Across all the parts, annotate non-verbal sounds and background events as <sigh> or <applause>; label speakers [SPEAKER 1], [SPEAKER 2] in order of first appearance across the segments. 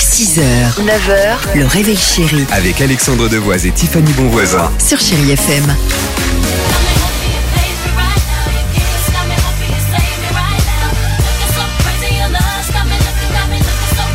[SPEAKER 1] 6h, 9h, le réveil chéri
[SPEAKER 2] Avec Alexandre Devoise et Tiffany Bonvoisin.
[SPEAKER 1] sur Chéri FM.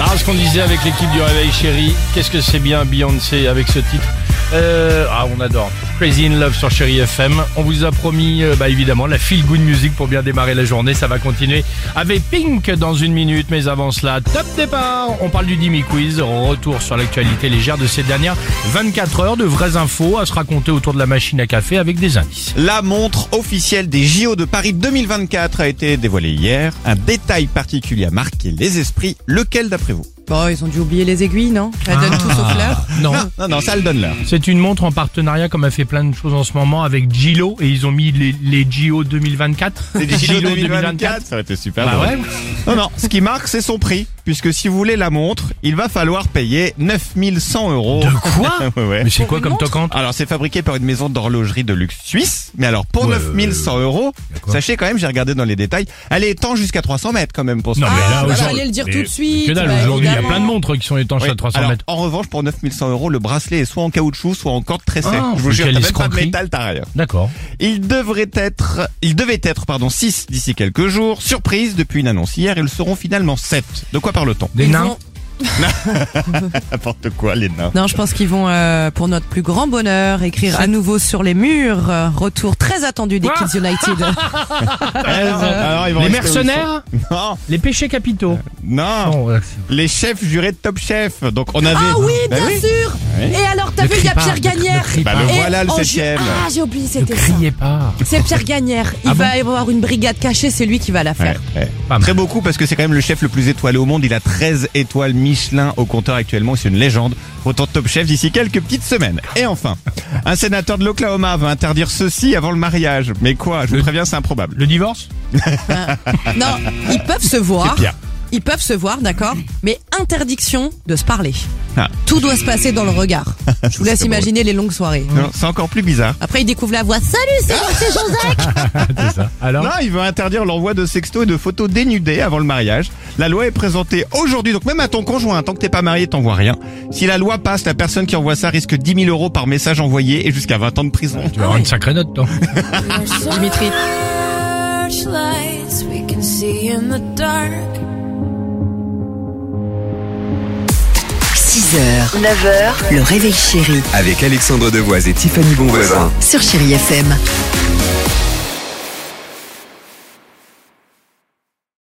[SPEAKER 3] Ah, ce qu'on disait avec l'équipe du Réveil Chéri, qu'est-ce que c'est bien Beyoncé avec ce titre Euh, Ah, on adore. Crazy in Love sur Chéri FM. On vous a promis, euh, bah, évidemment, la feel good music pour bien démarrer la journée. Ça va continuer avec Pink dans une minute. Mais avant cela, top départ. On parle du Dimi Quiz. Retour sur l'actualité légère de ces dernières 24 heures de vraies infos à se raconter autour de la machine à café avec des indices.
[SPEAKER 4] La montre officielle des JO de Paris 2024 a été dévoilée hier. Un détail particulier a marqué les esprits. Lequel d'après vous
[SPEAKER 5] Bon, ils ont dû oublier les aiguilles, non Ça donne tout
[SPEAKER 4] Ah.
[SPEAKER 5] sauf l'heure.
[SPEAKER 3] Non.
[SPEAKER 4] Non, non, ça le donne là.
[SPEAKER 3] C'est une montre en partenariat comme a fait plein de choses en ce moment avec Gilo et ils ont mis les, les JO 2024.
[SPEAKER 4] Les JO 2024, ça aurait été super.
[SPEAKER 3] Bah
[SPEAKER 4] drôle.
[SPEAKER 3] ouais.
[SPEAKER 4] Ah Non, non, ce qui marque, c'est son prix. Puisque si vous voulez la montre, il va falloir payer 9100 euros.
[SPEAKER 3] De quoi
[SPEAKER 4] <laughs> Ouais, ouais.
[SPEAKER 3] Mais c'est
[SPEAKER 5] Pour
[SPEAKER 3] quoi
[SPEAKER 5] Eh, une
[SPEAKER 3] comme
[SPEAKER 5] montre
[SPEAKER 3] tocante
[SPEAKER 4] Alors, c'est fabriqué par une maison d'horlogerie de luxe suisse. Mais alors, pour
[SPEAKER 3] Ouais,
[SPEAKER 4] 9100 euros,
[SPEAKER 3] d'accord.
[SPEAKER 4] sachez quand même, j'ai regardé dans les détails, elle est étanche jusqu'à 300 mètres quand même pour ce
[SPEAKER 3] Non,
[SPEAKER 4] prix.
[SPEAKER 3] mais là,
[SPEAKER 5] Ah,
[SPEAKER 3] aujourd'hui-
[SPEAKER 5] fallait le dire
[SPEAKER 3] mais-
[SPEAKER 5] tout de suite,
[SPEAKER 3] Que dalle,
[SPEAKER 5] bah,
[SPEAKER 3] aujourd'hui, il y a
[SPEAKER 5] évidemment.
[SPEAKER 3] plein de montres qui sont étanches
[SPEAKER 4] Oui.
[SPEAKER 3] à 300
[SPEAKER 4] Alors,
[SPEAKER 3] mètres.
[SPEAKER 4] En revanche, pour 9100 euros, le bracelet est soit en caoutchouc, soit en corde tressée.
[SPEAKER 3] Ah,
[SPEAKER 4] Je vous jure,
[SPEAKER 3] quelle
[SPEAKER 4] t'as même pas de
[SPEAKER 3] escroquerie.
[SPEAKER 4] métal, t'as rien.
[SPEAKER 3] D'accord.
[SPEAKER 4] Il devrait être, il devait être, pardon, 6 d'ici quelques jours. Surprise, depuis une annonce hier, ils seront finalement 7. De quoi parle-t-on?
[SPEAKER 3] Des
[SPEAKER 5] Ils
[SPEAKER 3] nains.
[SPEAKER 5] vont-
[SPEAKER 4] N'importe quoi, les <laughs> nains.
[SPEAKER 5] Non, je pense qu'ils vont, euh, pour notre plus grand bonheur, écrire à nouveau sur les murs. euh, Retour très attendu des
[SPEAKER 3] Ah
[SPEAKER 5] Kids
[SPEAKER 4] <laughs>
[SPEAKER 5] United.
[SPEAKER 4] Alors,
[SPEAKER 5] Ah,
[SPEAKER 4] alors, ils vont
[SPEAKER 3] Euh, Les
[SPEAKER 4] rester où ils
[SPEAKER 3] mercenaires,
[SPEAKER 4] sont. Non,
[SPEAKER 3] les péchés capitaux.
[SPEAKER 4] non,
[SPEAKER 3] Bon, euh,
[SPEAKER 4] les chefs jurés de Top Chef. Donc, on avait.
[SPEAKER 5] ah oui,
[SPEAKER 4] Bah
[SPEAKER 5] bien
[SPEAKER 4] oui.
[SPEAKER 5] sûr
[SPEAKER 4] Ouais.
[SPEAKER 5] Et alors, t'as
[SPEAKER 3] Ne
[SPEAKER 5] vu, il y a
[SPEAKER 3] crie pas,
[SPEAKER 5] Pierre
[SPEAKER 3] ne-
[SPEAKER 5] Gagnère
[SPEAKER 3] ne crie pas.
[SPEAKER 4] Bah, le
[SPEAKER 5] Et
[SPEAKER 4] voilà, le
[SPEAKER 5] en ju-
[SPEAKER 4] septième.
[SPEAKER 5] Ah, j'ai oublié,
[SPEAKER 3] Ne
[SPEAKER 5] c'était ça.
[SPEAKER 3] criez pas.
[SPEAKER 5] C'est Pierre Gagnère. Il
[SPEAKER 3] Ah
[SPEAKER 5] va y avoir une brigade cachée, c'est lui qui va la
[SPEAKER 4] Ouais,
[SPEAKER 5] faire.
[SPEAKER 4] ouais.
[SPEAKER 3] Pas mal.
[SPEAKER 4] Très beaucoup parce que c'est quand même le chef le plus étoilé au monde. Il a 13 étoiles Michelin au compteur actuellement. C'est une légende. Autant de top chef d'ici quelques petites semaines. Et enfin, un sénateur de l'Oklahoma va interdire ceci avant le mariage. Mais quoi Je vous préviens, c'est improbable.
[SPEAKER 3] Le divorce
[SPEAKER 5] Non, ils peuvent se voir.
[SPEAKER 4] C'est pire.
[SPEAKER 5] Ils peuvent se voir, d'accord Mais interdiction de se parler.
[SPEAKER 4] Ah.
[SPEAKER 5] Tout doit se passer dans le
[SPEAKER 4] <laughs>
[SPEAKER 5] regard. Je vous laisse
[SPEAKER 4] C'est
[SPEAKER 5] imaginer les longues soirées.
[SPEAKER 4] Non, Ah. C'est encore plus bizarre.
[SPEAKER 5] Après, ils découvrent la voix. Salut, c'est moi, c'est Joseph
[SPEAKER 3] C'est ça. Alors
[SPEAKER 4] Non, il veut interdire l'envoi de sextos et de photos dénudées avant le mariage. La loi est présentée aujourd'hui, donc même à ton conjoint, tant que t'es pas marié, t'envoies rien. Si la loi passe, la personne qui envoie ça risque 10 000 euros par message envoyé et jusqu'à 20 ans de prison.
[SPEAKER 3] Tu vas avoir une sacrée note, hein. toi.
[SPEAKER 5] Dimitri.
[SPEAKER 6] Searchlights we can see in the dark.
[SPEAKER 1] 6h, 9h, le réveil chéri
[SPEAKER 2] Avec Alexandre Devoise et Tiffany Bonvoisin.
[SPEAKER 1] sur Chéri FM.